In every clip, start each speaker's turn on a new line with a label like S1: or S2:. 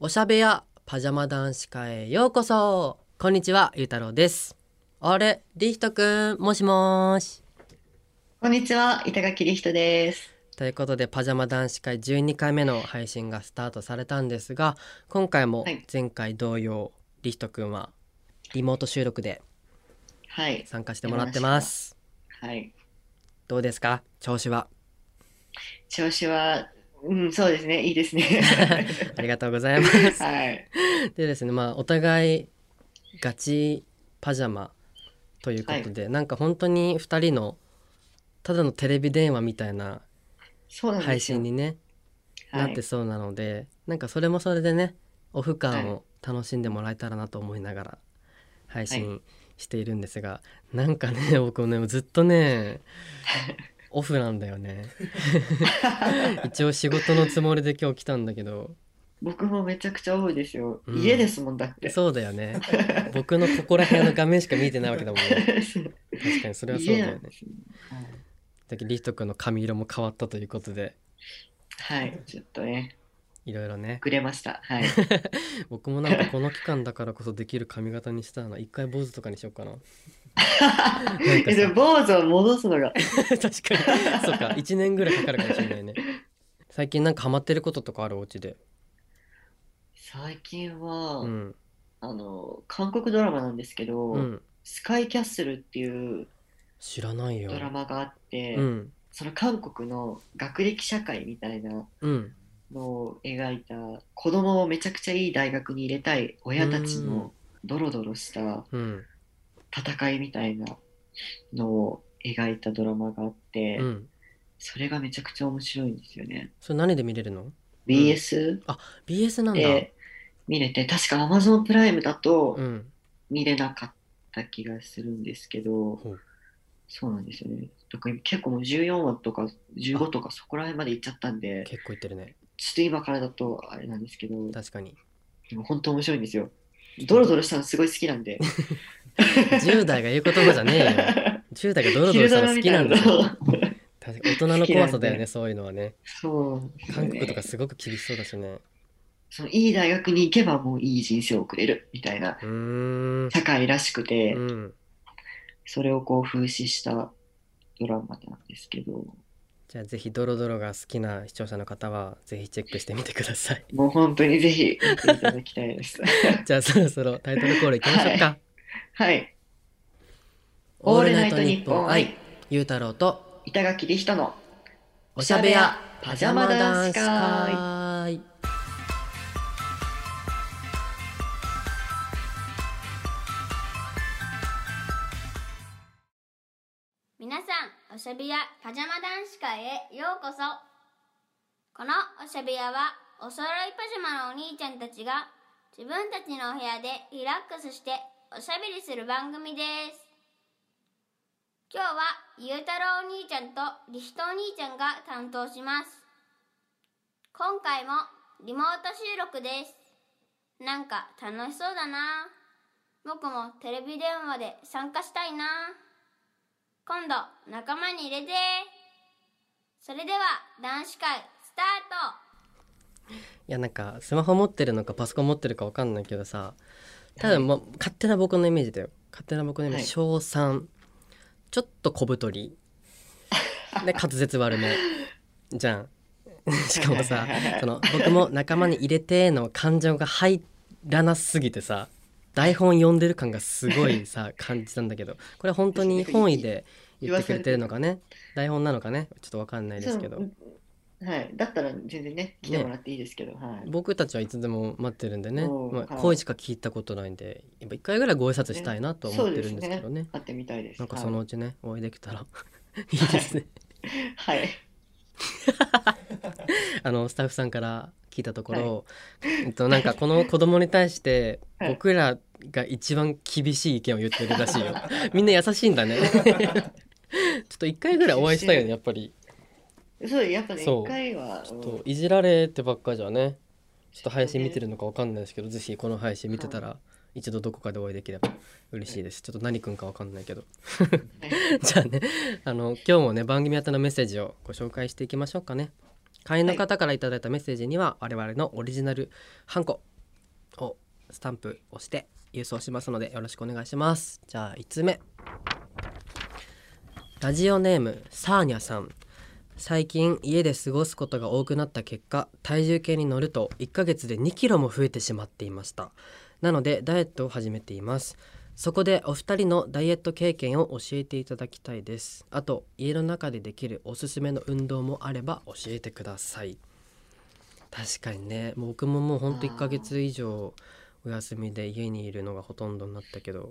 S1: おしゃべやパジャマ男子会へようこそこんにちはゆうたろうですあれりひとくんもしもーし
S2: こんにちは、板垣理人です。
S1: ということでパジャマ男子会12回目の配信がスタートされたんですが今回も
S2: はい
S1: 前回同様りひとくんはリモート収録で
S2: はい、
S1: 参加してもらってます
S2: はい、
S1: どうですか調子は
S2: 調子は、うん、そうですね、いいですね。
S1: ありがとうございます
S2: はい、
S1: でですねまあお互いガチパジャマということで、なんか本当に2人のただのテレビ電話みたいな
S2: そうなんで
S1: 配
S2: すよ。
S1: 信にね、
S2: はい
S1: なってそうなのでなんかそれもそれでねオフ感
S2: は
S1: を楽しんでもらえたらなと思いながら配信しているんですが、なんかね 僕もねずっと ねオフなんだよね 一応仕事のつもりで今日来たんだけど
S2: 僕もめちゃくちゃ多いですよ。
S1: うん
S2: 家ですもんだって。
S1: そうだよね僕のここら辺の画面しか見えてないわけだもん ね確かにそれはそうだ
S2: 家
S1: よ
S2: な
S1: ね
S2: んですよ。はい
S1: だけどリト君の髪色も変わったということで
S2: はい、ちょっとね、
S1: いろいろね
S2: くれました。はい。
S1: 僕もなんかこの期間だからこそできる髪型にしたな一回坊主とかにしようかな なんか
S2: え、で
S1: さ
S2: も、坊主を戻すのが。
S1: 確かにそうか1年ぐらいかかるかもしれないね最近なんかハマってることとかあるお家で
S2: 最近は、
S1: うん
S2: あの、韓国ドラマなんですけど、
S1: うん
S2: スカイキャッスルっていう
S1: 知らないよ
S2: ドラマがあって、
S1: うん
S2: その韓国の学歴社会みたいな。
S1: うん
S2: のを描いた子供をめちゃくちゃいい大学に入れたい親たち
S1: うん
S2: のドロドロした
S1: うん
S2: 戦いみたいなのを描いたドラマがあって、
S1: うん
S2: それがめちゃくちゃ面白いんですよね。
S1: それ何で見れるの
S2: BS
S1: BS なんだ、
S2: で見れて、確か Amazon プライムだと
S1: うん
S2: 見れなかった気がするんですけど、
S1: ほう
S2: そうなんですよね。だから結構もう14話とか15とかそこら辺まで行っちゃったんで、
S1: 結構いってるね
S2: ちょっと今からだとあれなんですけど、
S1: 確かに
S2: でも本当面白いんですよ。ドロドロしたのすごい好きなんで。
S1: 10代が言う言葉じゃねえよ10代が ドロドロしたら好きなんだ
S2: 昼ド
S1: よ
S2: ラみたいなの
S1: 確かに大人の怖さだよねそういうのはね
S2: そうですよ
S1: 韓
S2: ね、
S1: 国とかすごく厳しそうだしね
S2: そのいい大学に行けばもういい人生を送れるみたいな
S1: うーん
S2: 社会らしくて、
S1: うん
S2: それをこう風刺したドラマなんですけど、
S1: じゃあぜひドロドロが好きな視聴者の方はぜひチェックしてみてくださ い
S2: もう本当にぜひ見ていただきたい です。
S1: じゃあそろそろタイトルコールいきましょうか、
S2: はい。
S1: オ
S2: オ
S1: ー
S2: ー
S1: ル
S2: ル
S1: ナ
S2: ナ
S1: イ
S2: イ
S1: ト
S2: ト
S1: ニ
S2: ニ
S1: ッ
S2: ッ
S1: ポ
S2: ポ
S1: ン
S2: ン
S1: 愛ゆうたろうと
S2: 板垣理人の
S1: おしゃべやパジャマ男子会
S3: 皆さん、おしゃべやパジャマ男子会へようこそ。このおしゃべやは、お揃いパジャマのお兄ちゃんたちが、自分たちのお部屋でリラックスしておしゃべりする番組です。今日は、ゆうたろうお兄ちゃんとりひとお兄ちゃんが担当します。今回もリモート収録です。なんか楽しそうだな。僕もテレビ電話で参加したいな。今度仲間に入れてそれでは男子会スタート
S1: いやなんかスマホ持ってるのかパソコン持ってるかわかんないけどさただまあ勝手な僕のイメージだよ勝手な僕のイメージ、
S2: はい
S1: 小3ちょっと小太りで滑舌悪めじ ゃんしかもさその僕も仲間に入れての感情が入らなすぎてさ台本読んでる感がすごい さ感じたんだけどこれ本当に本意で言ってくれてるのかね台本なのかねちょっとわかんないですけど
S2: そうはい。だったら全然ね、来てもらっていいですけど、はい。
S1: 僕たちはいつでも待ってるんでね、
S2: うん
S1: まあ、
S2: はい
S1: 声しか聞いたことないんでやっぱ一回ぐらいご挨拶したいなとは思ってるんですけ
S2: そ
S1: ど
S2: う
S1: ね
S2: 会ってみたいです。
S1: なんかそのうちねお会いできたら いいですね
S2: はい。はい。
S1: あのスタッフさんから聞いたところ、えっと、なんかこの子供に対して
S2: はい
S1: 僕らが一番厳しい意見を言ってるらし いよみんな優しいんだねちょっと一回ぐらいお会いしたいよねやっぱり
S2: そう、やっぱね、
S1: そう
S2: 一回は、
S1: ちょっ
S2: うん
S1: といじられてばっかじゃねちょっと配信見てるのかわかんないですけど、ぜひこの配信見てたら一度どこかでお会いできれば嬉しいです。ちょっと何くんかわかんないけど。
S2: はい
S1: じゃあね、あの今日もね番組宛てのメッセージをご紹介していきましょうかね。会員の方からいただいたメッセージには我々のオリジナルハンコをスタンプをして郵送しますのでよろしくお願いしますじゃあ5つ目ラジオネームサーニャさん最近家で過ごすことが多くなった結果体重計に乗ると1ヶ月で2キロも増えてしまっていましたなのでダイエットを始めていますそこでお二人のダイエット経験を教えていただきたいですあと家の中でできるおすすめの運動もあれば教えてください確かにねもう僕ももうほんと1ヶ月以上お休みで家にいるのがほとんどになったけど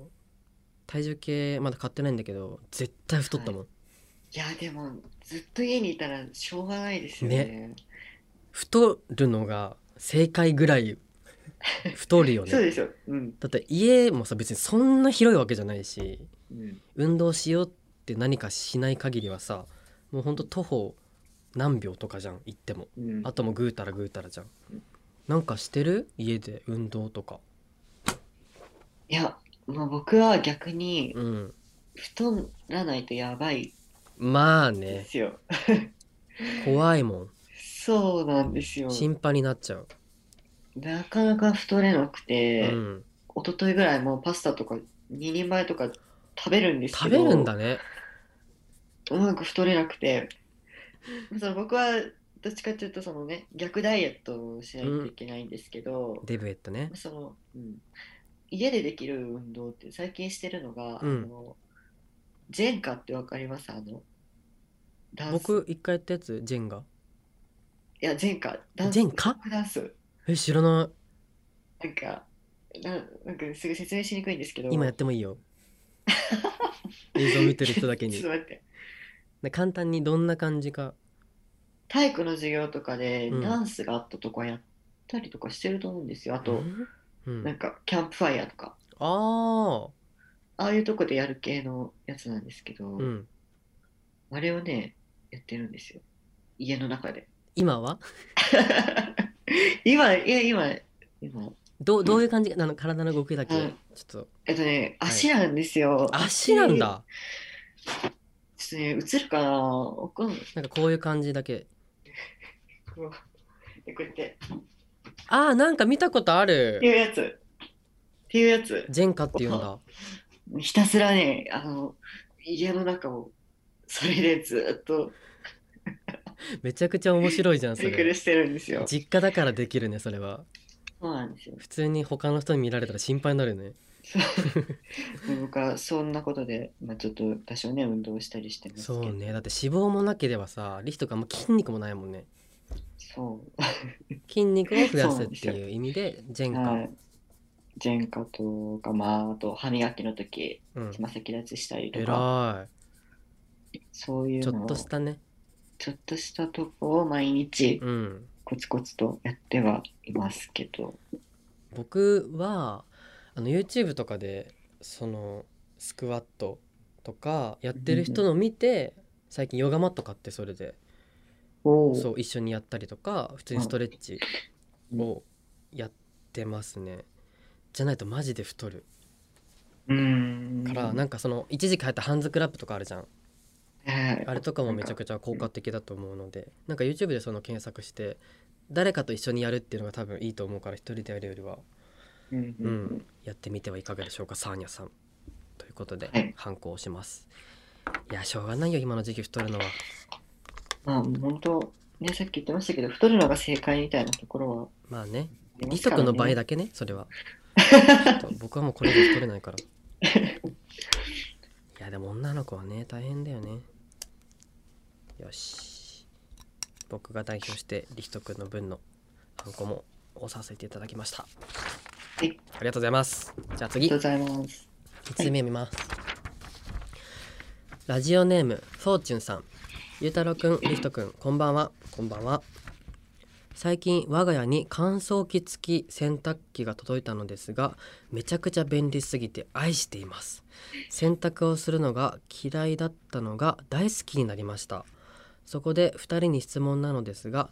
S1: 体重計まだ買ってないんだけど絶対太ったもん、
S2: いやでもずっと家にいたらしょうがないですよね
S1: 太るのが正解ぐらい太るよ
S2: そう
S1: ね
S2: ですようん、
S1: だって家もさ別にそんな広いわけじゃないし
S2: うん、
S1: 運動しようって何かしない限りはさもうほんと徒歩何秒とかじゃん行っても
S2: うん
S1: あともうぐうたらぐうたらじゃん
S2: うん
S1: なんかしてる家で運動とか
S2: いやもう僕は逆に
S1: うん
S2: 太らないとやばい
S1: まあ
S2: で
S1: ね
S2: すよ、
S1: 怖いも
S2: そうなんですよ
S1: ん心配になっちゃう、
S2: なかなか太れなくて、
S1: うん、
S2: 一昨日ぐらいもうパスタとか2人前とか食べるんです
S1: 食
S2: けど
S1: べるんだね
S2: うまく太れなくてその僕はどっちかっていうとそのね逆ダイエットをしないといけないんですけど、
S1: デブエットね
S2: その、うん、家でできる運動って最近してるのが、
S1: うん
S2: あのジェンカってわかりますあのダンス
S1: 僕一回やったやつジェンガ
S2: いやジェンカダンス
S1: ジェンカ
S2: フォークダンス
S1: え知らな
S2: なんかななんかすぐ説明しにくいんですけど
S1: い今やってもいいよ映像見てる人だけに
S2: ちょっと待って
S1: で簡単にどんな感じか
S2: 体育の授業とかで
S1: うん
S2: ダンスがあったとかやったりとかしてると思うんですよ、あ
S1: う
S2: と
S1: んうん、
S2: なんかキャンプファイヤーとか
S1: あ
S2: ああいうとこでやる系のやつなんですけど、
S1: あ、うん、
S2: あれをねやってるんですよ家の中で
S1: 今は
S2: 今いや今今
S1: どうどういう感じなの体の動きだけ、
S2: うん
S1: ちょっと
S2: えっとね
S1: はい
S2: 足なんですよ、
S1: 足なんだ
S2: ちょっとね映るかなわかんない
S1: なんかこういう感じだけ
S2: こうえこうやって
S1: ああなんか見たことある
S2: っていうやつっていうやつ
S1: ジェンカっていうんだ
S2: ひたすらねあの家の中をそれでずっと
S1: めちゃくちゃ面白いじゃんそ
S2: ツイクル
S1: れ
S2: してるんですよ
S1: 実家だからできるねそれは
S2: そうなんですよ
S1: 普通に他の人に見られたら心配になるね
S2: で僕はそんなことで、まあ、ちょっと多少ね運動したりしてますけ
S1: そ
S2: ど
S1: うねだって脂肪もなければさリヒとかも筋肉もないもんね
S2: そう
S1: 筋肉を増やすって
S2: そうなんです
S1: いう意味でジェンカ、
S2: はいジェンカとかまああと歯磨きの時
S1: うん
S2: つま先立ちしたりと
S1: え
S2: からそうい
S1: いうち
S2: の
S1: ょっ
S2: を
S1: としたね
S2: ちょっとしたとこを毎日
S1: うん
S2: コツコツとやってはいますけど
S1: 僕はあの YouTube とかでそのスクワットとかやってる人の見て最近ヨガマット買ってそれで
S2: おお
S1: そう一緒にやったりとか普通にストレッチをやってますねじゃないとマジで太る
S2: うーん
S1: からなんかその一時期流行ったハンズクラップとかあるじゃん
S2: はい
S1: あれとかもめちゃくちゃ効果的だと思うのでなんか YouTube でその検索して誰かと一緒にやるっていうのが多分いいと思うから一人でやるよりは
S2: うんう
S1: うんん、やってみてはいかがでしょうかサーニャさん。ということで、
S2: はい
S1: 反抗します。いやしょうがないよ今の時期太るのは。
S2: まあ本当ねさっき言ってましたけど太るのが正解みたいなところは
S1: まあね
S2: ありま
S1: リ
S2: すか
S1: ト
S2: ら
S1: 君の
S2: ね
S1: 場合だけねそれ は。ちょっと僕はもうこれで太れないから。いやでも女の子はね大変だよね。よし僕が代表してリヒト君の分のハンコも押させていただきました。
S2: はいあり
S1: ありがとうございます。じゃあ
S2: が
S1: 次
S2: とうございます
S1: 1つ目見ます、ラジオネームフォーチュンさんゆうたろうくんりひとくんこんばんはこんばんは最近我が家に乾燥機付き洗濯機が届いたのですがめちゃくちゃ便利すぎて愛しています洗濯をするのが嫌いだったのが大好きになりましたそこで2人に質問なのですが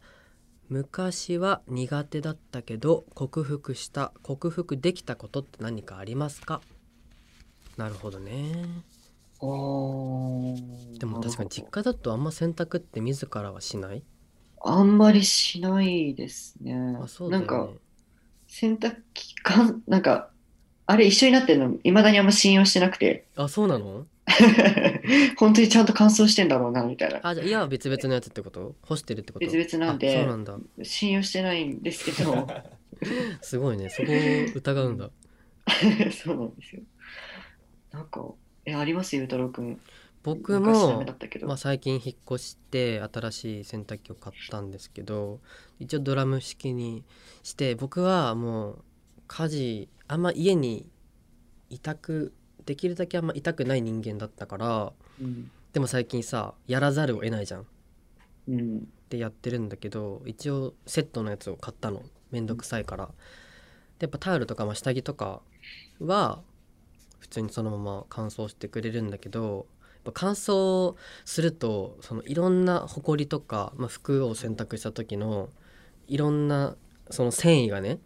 S1: 昔は苦手だったけど克服した克服できたことって何かありますかなるほどね
S2: おー
S1: でも確かに実家だとあんま洗濯って自らはしない
S2: あんまりしないですね。
S1: あそうだ
S2: な
S1: よね
S2: んか洗濯機関、なんか、あれ一緒になってるの、いまだにあんま信用してなくて、
S1: あそうなの
S2: 本当にちゃんと乾燥してんだろうな、みたいな。
S1: あじゃあ家は別々のやつってこと干してるってこと
S2: 別々なん
S1: あそう
S2: で
S1: な、んだ
S2: 信用してないんですけど、
S1: すごいねそこを疑うんだ
S2: そうなんですよ。なんか、え、ありますゆうたろうくん。
S1: 僕
S2: 昔ダメ
S1: も
S2: だ、ったけど。
S1: まあ、最近引っ越して新しい洗濯機を買ったんですけど一応ドラム式にして僕はもう家事あんま家に委託できるだけあんま委託ない人間だったから
S2: うん。
S1: でも最近さやらざるを得ないじゃんっ
S2: うん。
S1: てやってるんだけど一応セットのやつを買ったのめんどくさいからでやっぱタオルとか、まあ、下着とかは普通にそのまま乾燥してくれるんだけどやっぱ乾燥するとそのいろんなほこりとか、まあ、服を洗濯した時のいろんなその繊維がね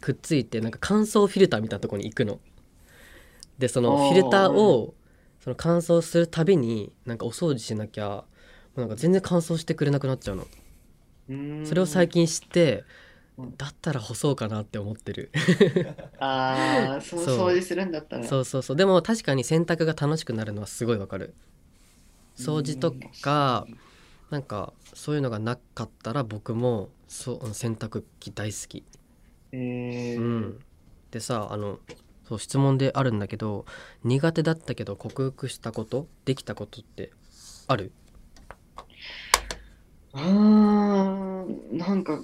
S1: くっついてなんか乾燥フィルターみたいなところに行くの。でその
S2: あー
S1: フィルターをその乾燥するたびになんかお掃除しなきゃもうなんか全然乾燥してくれなくなっちゃうの。
S2: うーん
S1: それを最近知って
S2: うん
S1: だったら干そうかなって思ってる。
S2: ああ、そう、
S1: そう
S2: 掃除するんだった ら。
S1: そうそうそうでも確かに洗濯が楽しくなるのはすごいわかる掃除とかなんかそういうのがなかったら僕もそううん洗濯機大好き、
S2: うん。えー
S1: うん、でさあのそう質問であるんだけど苦手だったけど克服したことできたことってある
S2: あーなんか、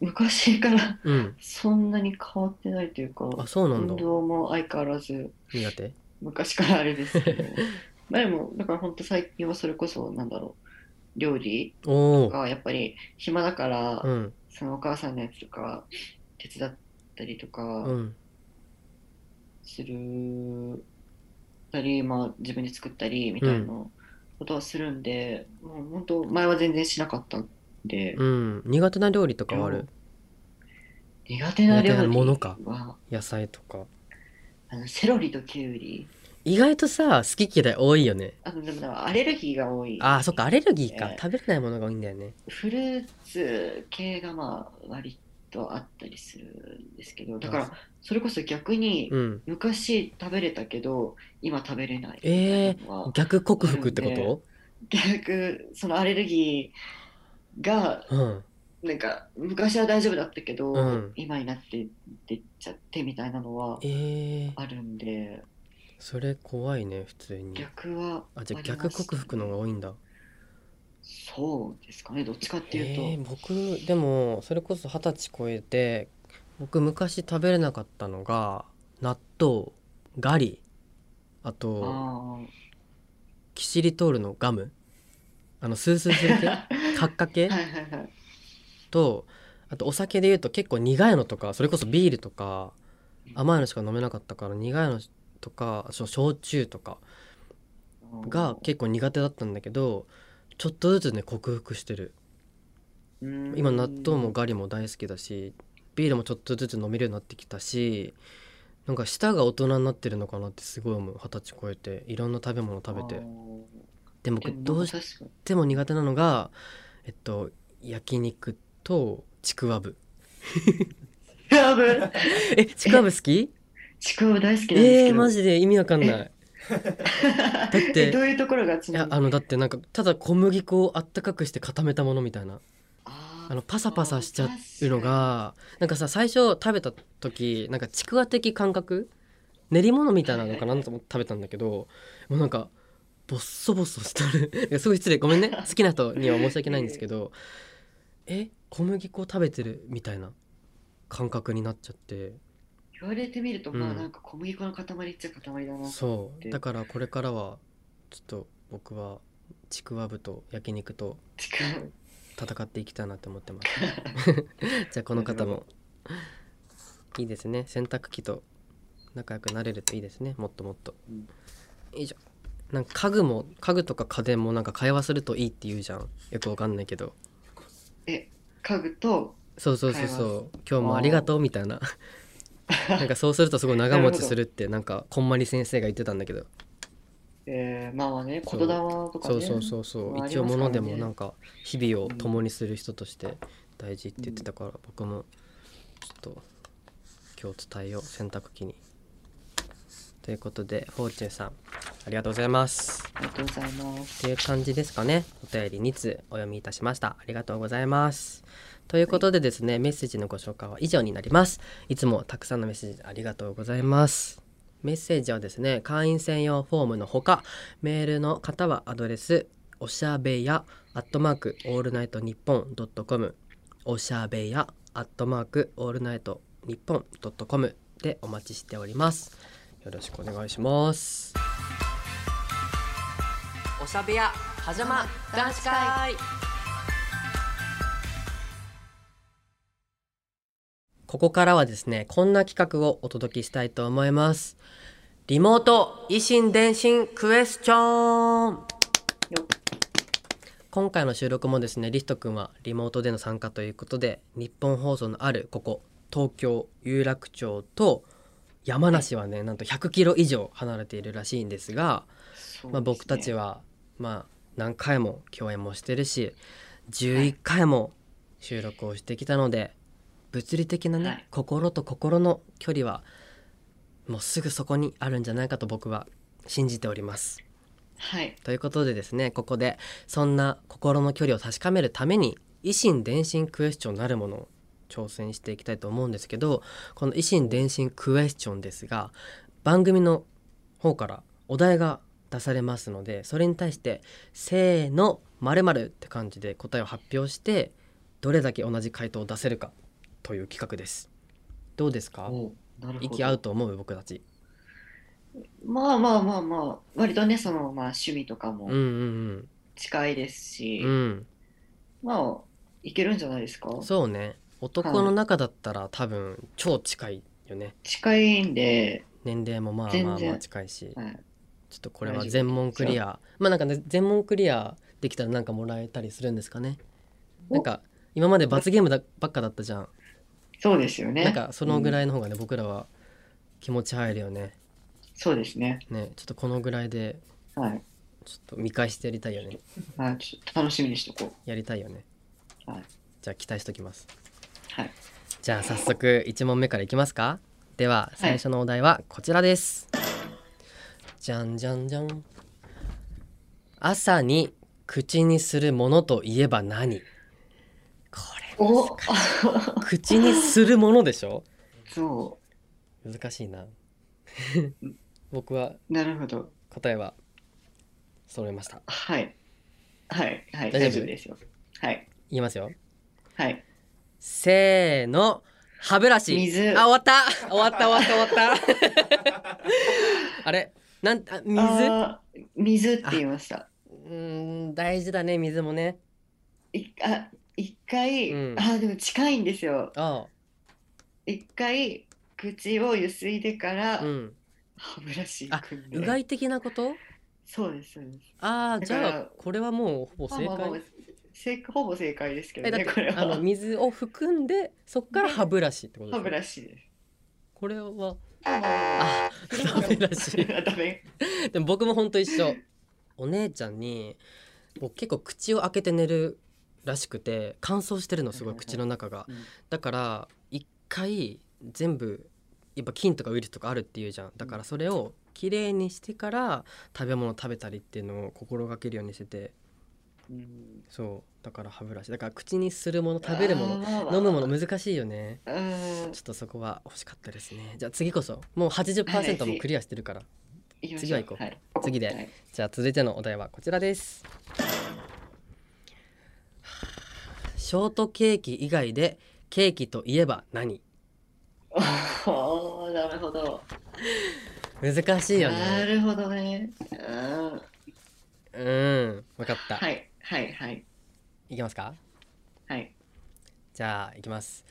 S2: 昔から
S1: うん
S2: そんなに変わってないというか、
S1: あそうなんだ
S2: 運動も相変わらず、
S1: 苦手
S2: 昔からあれです けど。まあでも、だから本当最近はそれこそ、なんだろう、料理
S1: おお
S2: がやっぱり暇だから、
S1: うん
S2: そのお母さんのやつとか手伝ったりと
S1: う
S2: か
S1: ん
S2: する、たり、まあ、自分で作ったりみたいなことはするんで、もう本当前は全然しなかったんで、
S1: うん苦手な料理とかはある
S2: 苦手な料
S1: 苦手な
S2: 理
S1: ものか
S2: は
S1: 野菜とか
S2: あのセロリとキュウリ
S1: 意外とさ好き嫌い多いよね
S2: あのでもだからアレルギーが多い
S1: あーそっかアレルギーか
S2: ええ
S1: 食べれないものが多いんだよね
S2: フルーツ系がまあ割とあったりするんですけどだからそれこそ逆に
S1: うん
S2: 昔食べれたけど今食べれないみた
S1: え
S2: いなのは
S1: 逆克服ってこ
S2: 逆そのアレルギーが
S1: とうん
S2: なんか昔は大丈夫だったけど、
S1: うん
S2: 今になって出ちゃってみたいなのは
S1: えー、
S2: あるんで
S1: それ怖いね普通に
S2: 逆は
S1: あじゃあ
S2: ります
S1: 逆克服の方が多いんだ
S2: そうですかねどっちかっていうと、
S1: えー、僕でもそれこそ二十歳超えて僕昔食べれなかったのが納豆ガリあと
S2: あ
S1: キシリトールのガムあのスースーする
S2: あ
S1: 系
S2: は
S1: カッカ
S2: い
S1: 系
S2: はいはい
S1: とあとお酒で言うと結構苦いのとかそれこそビールとか甘いのしか飲めなかったから苦いのとかそう焼酎とかが結構苦手だったんだけどちょっとずつね克服してる今納豆もガリも大好きだしビールもちょっとずつ飲めるようになってきたしなんか舌が大人になってるのかなってすごい思う二十歳超えていろんな食べ物食べてでも僕どうし
S2: して
S1: も苦手なのがえっと焼肉とちくわぶ
S2: やぶ
S1: え ちくわぶ好き
S2: ちくわぶ大好きなんです
S1: え
S2: け
S1: ー、
S2: ど、
S1: マジで意味わ かんない。だっ
S2: え
S1: て
S2: どういうところがつ
S1: い
S2: な
S1: や
S2: が
S1: あのだってなんかただ小麦粉をあったかくして固めたものみたいな
S2: あー
S1: あのパサパサしちゃうのがなんかさ最初食べた時なんかちくわ的感覚練り物みたいなのかなと思って食べたんだけどもうなんかボッソボソしてるいやすごい失礼ごめんね好きな人には申し訳ないんですけどえ小麦粉を食べてるみたいな感覚になっちゃって
S2: 言われてみると、
S1: うん
S2: まあなんか小麦粉の塊っちゃ塊だな
S1: そう
S2: で
S1: だからこれからはちょっと僕はちくわぶと焼肉と
S2: ちくわぶ
S1: 戦っていきたいなと思ってます じゃあこの方もいいですね洗濯機と仲良くなれるといいですねもっともっと
S2: うん
S1: よいしょなんか家具も家具とか家電もなんか会話するといいって言うじゃんよくわかんないけど
S2: 家具と
S1: そうそうそう
S2: 会
S1: そう今日もありがとうみた いななんかそうするとすごい長持ちするってなんかこんまり先生が言ってたんだけど
S2: えー、まあね、
S1: そう
S2: 言霊とか
S1: そ
S2: ね。
S1: うそうそうそう、
S2: まあ
S1: 一応物でもなん
S2: か。
S1: か日々を共にする人として大事って言ってたから、僕もちょっと今日伝えよう洗濯機に。ということでフォーチュンさんありがとうございます。
S2: ありがとうございます。
S1: っていう感じですかねお便り2通お読みいたしましたありがとうございますということでですね、メッセージのご紹介は以上になりますいつもたくさんのメッセージありがとうございますメッセージはですね会員専用フォームのほかメールの方はアドレスおしゃべやアットマークオールナイトニッポンドットコムおしゃべやアットマークオールナイトニッポンドットコムでお待ちしておりますよろしくお願いしますおしゃべやはじゃま男子会ここからはですねこんな企画をお届けしたいと思いますリモート維新伝心クエスチョン
S2: よっ
S1: 今回の収録もですねリストくんはリモートでの参加ということで日本放送のあるここ東京有楽町と山梨はねなんと100キロ以上離れているらしいんですが、
S2: そうですね
S1: まあ、僕たち。はまあ何回も共演もしてるし11回も収録をしてきたので物理的なね、
S2: はい
S1: 心と心の距離はもうすぐそこにあるんじゃないかと僕は信じております。
S2: はい。
S1: ということでですねここでそんな心の距離を確かめるために維新伝心クエスチョンなるものを挑戦していきたいと思うんですけどこの維新伝心クエスチョンですが番組の方からお題が出されますのでそれに対して「せーの〇〇って感じで答えを発表してどれだけ同じ回答を出せるかという企画です。どうですか
S2: おうなるほど。
S1: 息合うと思う僕たち。
S2: まあまあまあまあ、割とね、その、まあ、趣味とか
S1: うん
S2: も
S1: うん
S2: 近いですし、
S1: うん。
S2: まあ、いけるんじゃないですか。
S1: うん。そうね。男の中だったら多分超近いよね。
S2: 近いんで、
S1: 年齢もまあまあ
S2: 全
S1: まあ
S2: 然
S1: 近いし。
S2: はい、
S1: ちょっとこれは全問クリア。まあなんかね全問クリアできたらなんかもらえたりするんですかね。
S2: お
S1: なんか今まで罰ゲームだばっかだったじゃん。
S2: そうですよね。
S1: なんかそのぐら
S2: い、
S1: いの方がね、僕らは気持ち入るよね。
S2: そうですね。
S1: ね、ちょっとこのぐらいで
S2: はい。
S1: ちょっと見返してやりたいよね。
S2: はい、ちょっと楽しみにしとこ
S1: やりたいよね。
S2: う。はい。
S1: じゃあ期待しときます。
S2: はい。
S1: じゃあ早速1問目からいきますかでは最初のお題はこちらです、じゃんじゃんじゃん朝に口にするものといえば何これ
S2: お
S1: 口にするものでしょ
S2: そ
S1: 難しいな 僕は
S2: う。なるほど。
S1: 答えは揃えました
S2: はい。はい。は
S1: 大
S2: い。
S1: 丈夫
S2: 大丈夫ですよ。はい。
S1: 言いますよ
S2: はい。
S1: せーの歯ブラシ
S2: 水
S1: あ終わった終わった終わった終わった あれなんあ水
S2: あー水って言いました。
S1: うーん大事だね水もね
S2: いあ一回、
S1: うん
S2: あーでも近いんですよ。
S1: あ
S2: 一回、口をゆすいでから、
S1: あうん
S2: 歯ブラシ
S1: あ
S2: 組んで。
S1: うがい的なこと
S2: そうです、そうです。
S1: ああ
S2: だ
S1: じ
S2: から
S1: ゃあこれはもうほぼ正
S2: まあまあまあ
S1: 解
S2: 正解ほぼ正解ですけ
S1: え
S2: ど
S1: だっ
S2: ね、これ
S1: てあ
S2: は
S1: の。水を含んでそっから歯ブラシってこと
S2: 歯ブ
S1: でしょ
S2: ラシです。
S1: これはあ歯ブラシ
S2: ダメ。
S1: でも僕もほんと一緒お姉ちゃんに僕結構口を開けて寝るらしくて乾燥してるのすごい
S2: はいはいはい
S1: 口の中が
S2: うん
S1: だから一回全部やっぱ菌とかウイルスとかあるっていうじゃんだからそれをきれいにしてから食べ物食べたりっていうのを心がけるようにしてて
S2: うん
S1: そうだから歯ブラシだから口にするもの食べるもの飲むもの。難しいよね
S2: あーまあまあうん
S1: ちょっとそこは欲しかったですねじゃあ次こそもう
S2: はいはい
S1: 80%
S2: 次
S1: もうクリアしてるから
S2: 行きましょう
S1: 次は行こう
S2: はい、
S1: 次で、
S2: はい
S1: じゃあ続いてのお題はこちらです ショートケーキ以外でケーキといえば何
S2: おーなるほど。
S1: 難しいよ
S2: な
S1: ね
S2: るほどね。うん
S1: うん分かった、、
S2: はいいはいはい
S1: きますか
S2: はい。
S1: じゃあいきます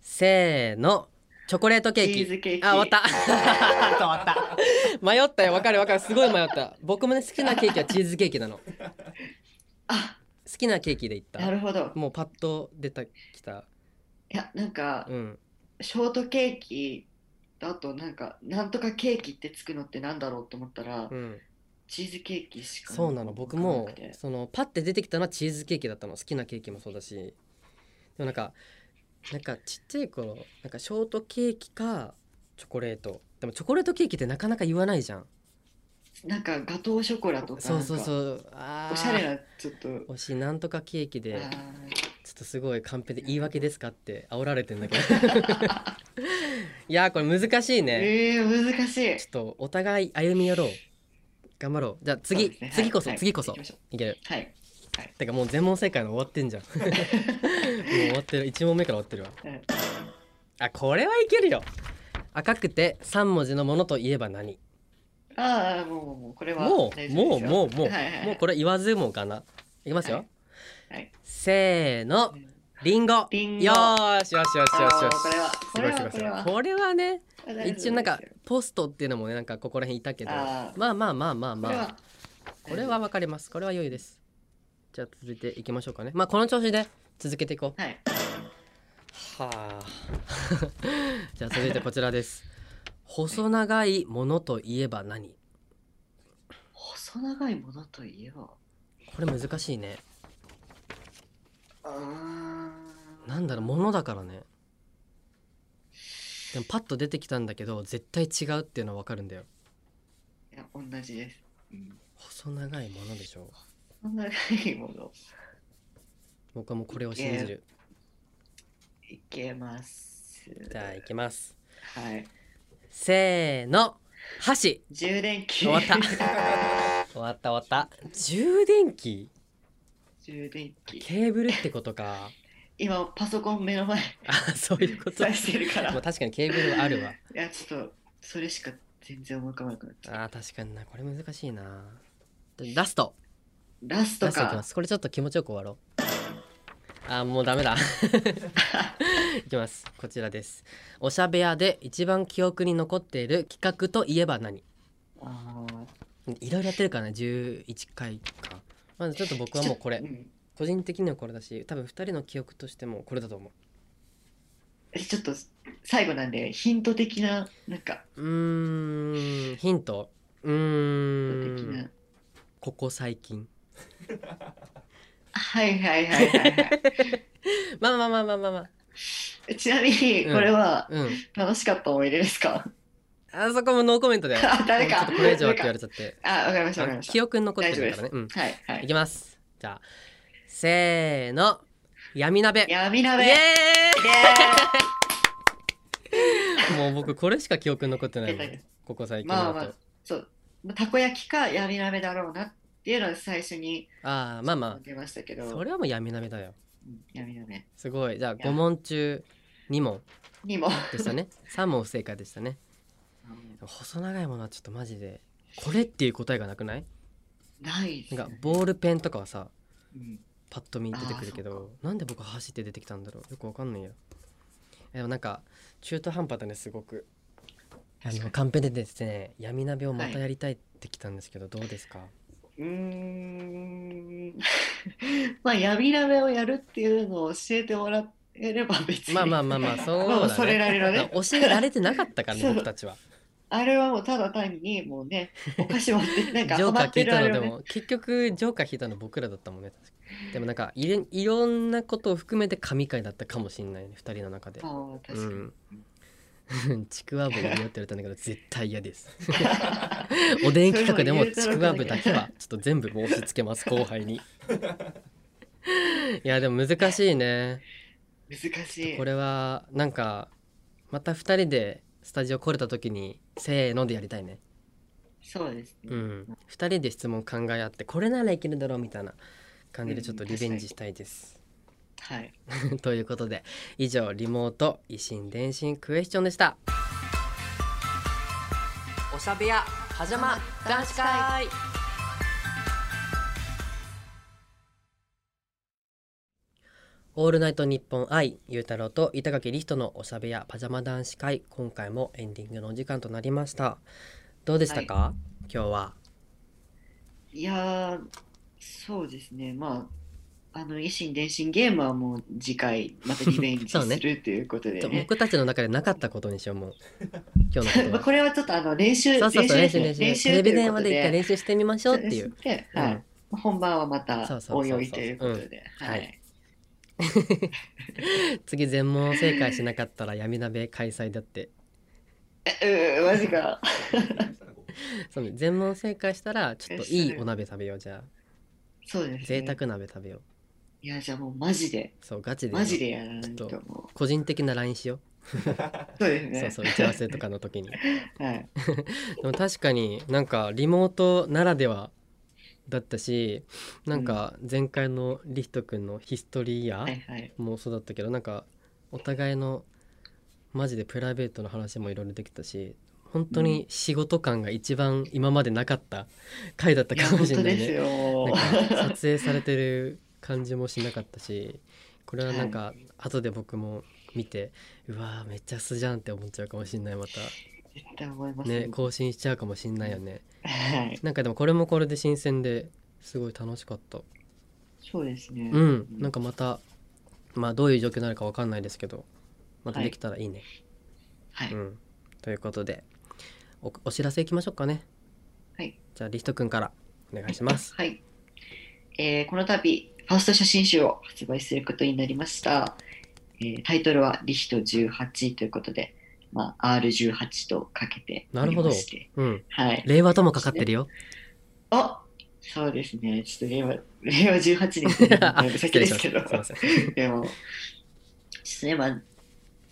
S1: せーのチョコレート
S2: チ
S1: ケーキ
S2: ーズケーキ。
S1: あ終わった 終わった迷ったよわかるわかるすごい迷った僕もね好きなケーキはチーズケーキなの好
S2: あ
S1: きなケーキでいっ
S2: な
S1: た
S2: るほど。
S1: もうパッと出たきた
S2: いやなんか、
S1: うん
S2: ショートケーキだとなんかなんとかケーキってつくのってなんだろうと思ったら、
S1: うん
S2: チーズケーキしか
S1: そうなの僕
S2: わ
S1: も
S2: かんなくて
S1: そのパッて出てきたのはチーズケーキだったの好きなケーキもそうだしでもなんかなんかちっちゃい頃なんかショートケーキかチョコレートでもチョコレートケーキってなかなか言わないじゃん
S2: なんかガトーショコラとか
S1: そうそう
S2: う
S1: そうあー
S2: おしゃれなちょっと
S1: 推しなんとかケーキ
S2: あ
S1: で
S2: ー
S1: ちょっとすごいカンペで言い訳ですかって煽られてんだけど いやーこれ難しいね
S2: えー、難しい
S1: ちょっとお互い歩み寄ろう頑張ろうじゃあ次、
S2: そうですねはい
S1: 次こそ、
S2: はい
S1: 次こそ
S2: 行きましょう
S1: いける
S2: はい
S1: てかもう全問正解の終わってん じゃんもう終わってる1問目から終わってるわ
S2: うん
S1: あこれはいけるよ赤くて3文字のものといえば何
S2: ああもうもうもうこれは
S1: も
S2: 大
S1: うも
S2: 丈夫で
S1: う
S2: すよ
S1: もうもう、
S2: はいはいはい
S1: もうこれ言わずもかないきますよ、
S2: はいはい
S1: せーのリンゴ
S2: リンゴ
S1: よーしよしよしよしよし
S2: あーこれは
S1: すごいすごいす
S2: こ
S1: ごい
S2: れは
S1: これはね
S2: 大丈夫です
S1: 一
S2: よ
S1: 応なんかポストっていうのもねなんかここら辺いたけど
S2: あー
S1: まあまあまあまあ
S2: これ
S1: まあ
S2: は
S1: これは分かりますこれは良いですじゃあ続いていきましょうかねまあこの調子で続けていこう
S2: はい
S1: はあ じゃあ続いてこちらです細長いものといえば何
S2: 細長いものといえば
S1: これ難しいね
S2: あー
S1: なんだろうものだからねでもパッと出てきたんだけど絶対違うっていうのは分かるんだよ
S2: いや同じです、うん、
S1: 細長いものでしょ
S2: 細長いもの
S1: 僕はもうこれを信じる
S2: いけます
S1: じゃあいきます
S2: はい
S1: せーの箸
S2: 充電器
S1: 終わった終わった終わった充電器
S2: 充電器
S1: ケーブルってことか
S2: 今パソコン目の前
S1: あそういうこと
S2: さしてるから
S1: まあ確かにケーブルはあるわ
S2: いやちょっとそれしか全然思い浮かばなくなっちゃった
S1: あー確かになこれ難しいなでラスト
S2: ラスト
S1: ラストいき
S2: か
S1: ますこれちょっと気持ちよく終わろうあーもうダメ だいきますこちらですおしゃべやで一番記憶に残っている企画といえば何
S2: あー
S1: いろいろやってるからね11回かまずちょっと僕はもうこれ
S2: ん
S1: 個人的にはこれだし多分2人の記憶としてもこれだと思う
S2: ちょっと最後なんでヒント的ななんか
S1: うーんヒントう
S2: ヒン
S1: ー
S2: ト的
S1: ん
S2: な
S1: ここ最近
S2: はいはいはいはい、は
S1: まあまあまあまあまあまあ
S2: い、ちなみにこれは
S1: うん
S2: 楽しかった思い出ですか、
S1: あそこもノーコメントで
S2: あ誰
S1: ちょっ
S2: か
S1: とこれ以上って言わ
S2: 誰か
S1: れちゃって
S2: あわかりましたわかり
S1: あ
S2: まし
S1: 記憶に残ってるから
S2: 大丈夫
S1: ねうん
S2: たはいはいい
S1: きますじゃあせーの闇鍋イ
S2: 闇鍋
S1: エ
S2: イエ
S1: ーイもう僕これしか記憶に残ってないも
S2: 出た
S1: ん
S2: ね
S1: ここ最近
S2: ま
S1: だ
S2: あ
S1: と
S2: まあそうまあたこ焼きか闇鍋だろうなっていうのは最初に
S1: ああまあま
S2: 出ましたけ
S1: あ
S2: ど、
S1: それはもう闇鍋だよ
S2: うん闇鍋
S1: すごいじゃあ
S2: や
S1: 5問中2問
S2: にも
S1: でしたね3問不正解でしたね細長いものはちょっとマジでこれっていう答えがなくない
S2: ないですね
S1: なんかボールペンとかはさ
S2: うん
S1: パッと見出てくるけどなんで僕走って出てきたんだろうよくわかんないやでもなんか中途半端だねすごくあ
S2: 確か
S1: の
S2: に
S1: カンペでですね闇鍋をまたやりたいってきたんですけど、どうですか
S2: うーん まあ闇鍋をやるっていうのを教えてもらえれば別に
S1: まあまあまあまあそう
S2: もう
S1: だ
S2: それ
S1: ね
S2: なりの
S1: だ
S2: ね
S1: から教えられてなかったからね
S2: そう
S1: 僕たちは
S2: あれはもうただ単にもうねお菓子持ってなん
S1: ジ
S2: か
S1: ョーカ
S2: ハマ
S1: ー
S2: って
S1: 聞い
S2: る
S1: た
S2: あ
S1: の
S2: れ
S1: で
S2: をね
S1: も結局ジョーカー引いたの僕らだったもんね確かでもなんかいれいろんなことを含めて神回だったかもしれないね2人の中で
S2: ああ確かに、
S1: うん、ちくわぶ入れようって言われたんだけど絶対嫌 ですおでん企画でもちくわぶだけはちょっと全部申し付けます後輩にいやでも難しいね
S2: 難しい
S1: これはなんかまた2人でスタジオ来れた時にせーのでやりたいね
S2: そうですね、
S1: うん2人で質問考え合ってこれならいけるだろうみたいな感じでちょっとリベンジしたいです、
S2: はい
S1: ということで以上リモート維新伝心クエスチョンでしたおしゃべやはじゃま男子会オールナイトニッポン愛ゆうたろうと板垣リヒトのおしゃべやパジャマ男子会今回もエンディングのお時間となりましたどうでしたか、今日はい
S2: やーそうですねまああの維新伝心ゲームはもう次回またリベンジす
S1: そうね
S2: るということで
S1: ちょ
S2: ね。
S1: 僕たちの中でなかったことにしよう もう今日の
S2: まあ
S1: こと
S2: これはちょっとあの練習
S1: はそうそうそう練習練習
S2: 練
S1: テレビ
S2: という
S1: 電
S2: こ
S1: 話
S2: と
S1: で一回練習してみましょうっていう
S2: そうですねはい
S1: うん
S2: まあ本番はま
S1: そう
S2: た
S1: そうそうそう
S2: おいおいということで。
S1: うん
S2: は。
S1: はい次全問正解しなかったら闇鍋開催だって
S2: えうーマジか。
S1: そうね全問正解したらちょっといいお鍋食べようじゃあ
S2: そうですね。
S1: 贅沢鍋食べよう
S2: いやじゃあもうマジで
S1: そうガチで
S2: マジでやらないと
S1: ちょ
S2: 思
S1: っ
S2: う。
S1: 個人的な LINE しよ
S2: そうです
S1: う
S2: ね。
S1: そうそう打ち合わせとかの時に
S2: はい。
S1: でも確かになんかリモートならではだったしなんか前回のリヒト君のヒストリーや
S2: はいはい。
S1: もそうだったけどなんかお互いのマジでプライベートの話もいろいろできたし本当に仕事感が一番今までなかった回だった
S2: いや
S1: かも
S2: 本
S1: しれ
S2: 当
S1: ない
S2: です
S1: ね。
S2: よ。
S1: なんか撮影されてる感じもしなかったしこれはなんか後で僕も見てうわーめっちゃ素じゃんって思っちゃうかもしんないまた
S2: 絶対思います
S1: ね更新しちゃうかもしんないよね
S2: はい。
S1: なんかでもこれもこれで新鮮ですごい楽しかった
S2: そうですね。
S1: うんなんかまたまあどういう状況になるかわかんないですけどまたできたらいいね、
S2: はい。
S1: うんということでおお知らせいきましょうかね
S2: はい
S1: じゃあリヒト君からお願いします
S2: はい。えーこの度、ファースト写真集を発売することになりました。えータイトルはリヒト18ということで、まあ、R18 とかけておりまして。
S1: うん
S2: はい。
S1: 令和ともかかってる よ
S2: あそうですね。ちょっと令和、令和18年ってだいぶ先ですけど
S1: あ。 失礼しましたすいません
S2: でも、ちょっとね、まあ、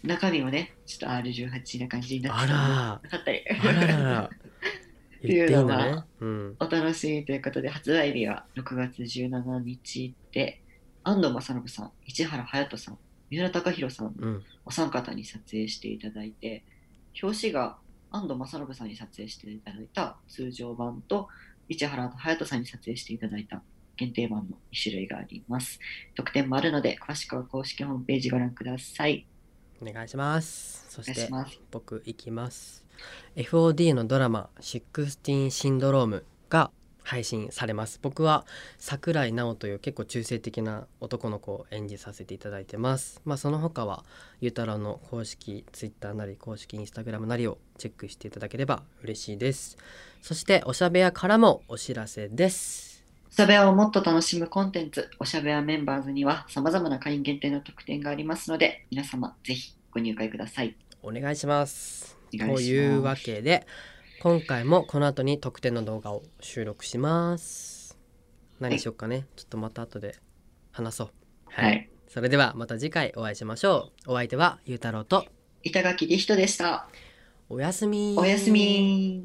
S2: 中身もね、ちょっと R18 な感じになって
S1: あ
S2: なかったり。
S1: ら、あらら ら。
S2: て
S1: 言
S2: い
S1: っ
S2: う
S1: ていいん
S2: のは
S1: だね。うん。
S2: お楽しみということで、発売日は6月17日で、安藤正信さん、市原隼人さん、三浦貴弘さんの
S1: うん。
S2: お三方に撮影していただいて、表紙が安藤正信さんに撮影していただいた通常版と、市原隼人さんに撮影していただいた限定版の2種類があります。特典もあるので、詳しくは公式ホームページご覧ください。
S1: お願いします。そ
S2: お願
S1: し、
S2: いしてます。
S1: 僕行きます。FOD のドラマ、16シンドロームが配信されます。僕は桜井直という結構中性的な男の子を演じさせていただいてます。まあその他は、ゆうたろうの公式 Twitter なり公式 Instagram なりをチェックしていただければ嬉しいです。そして、おしゃべやからもお知らせです。
S2: おしゃべやをもっと楽しむコンテンツ、おしゃべやメンバーズには、さまざまな会員限定の特典がありますので、皆様、ぜひご入会ください。
S1: お願いします。
S2: お願いしま
S1: と
S2: す
S1: いうわけで今回もこの後に特典の動画を収録します。何しよっかね、ちょっとまた後で話そう。
S2: はい。
S1: それではまた次回お会いしましょう。お相手はゆうたろうと
S2: 板垣理人でした。
S1: おやすみ
S2: おやすみ。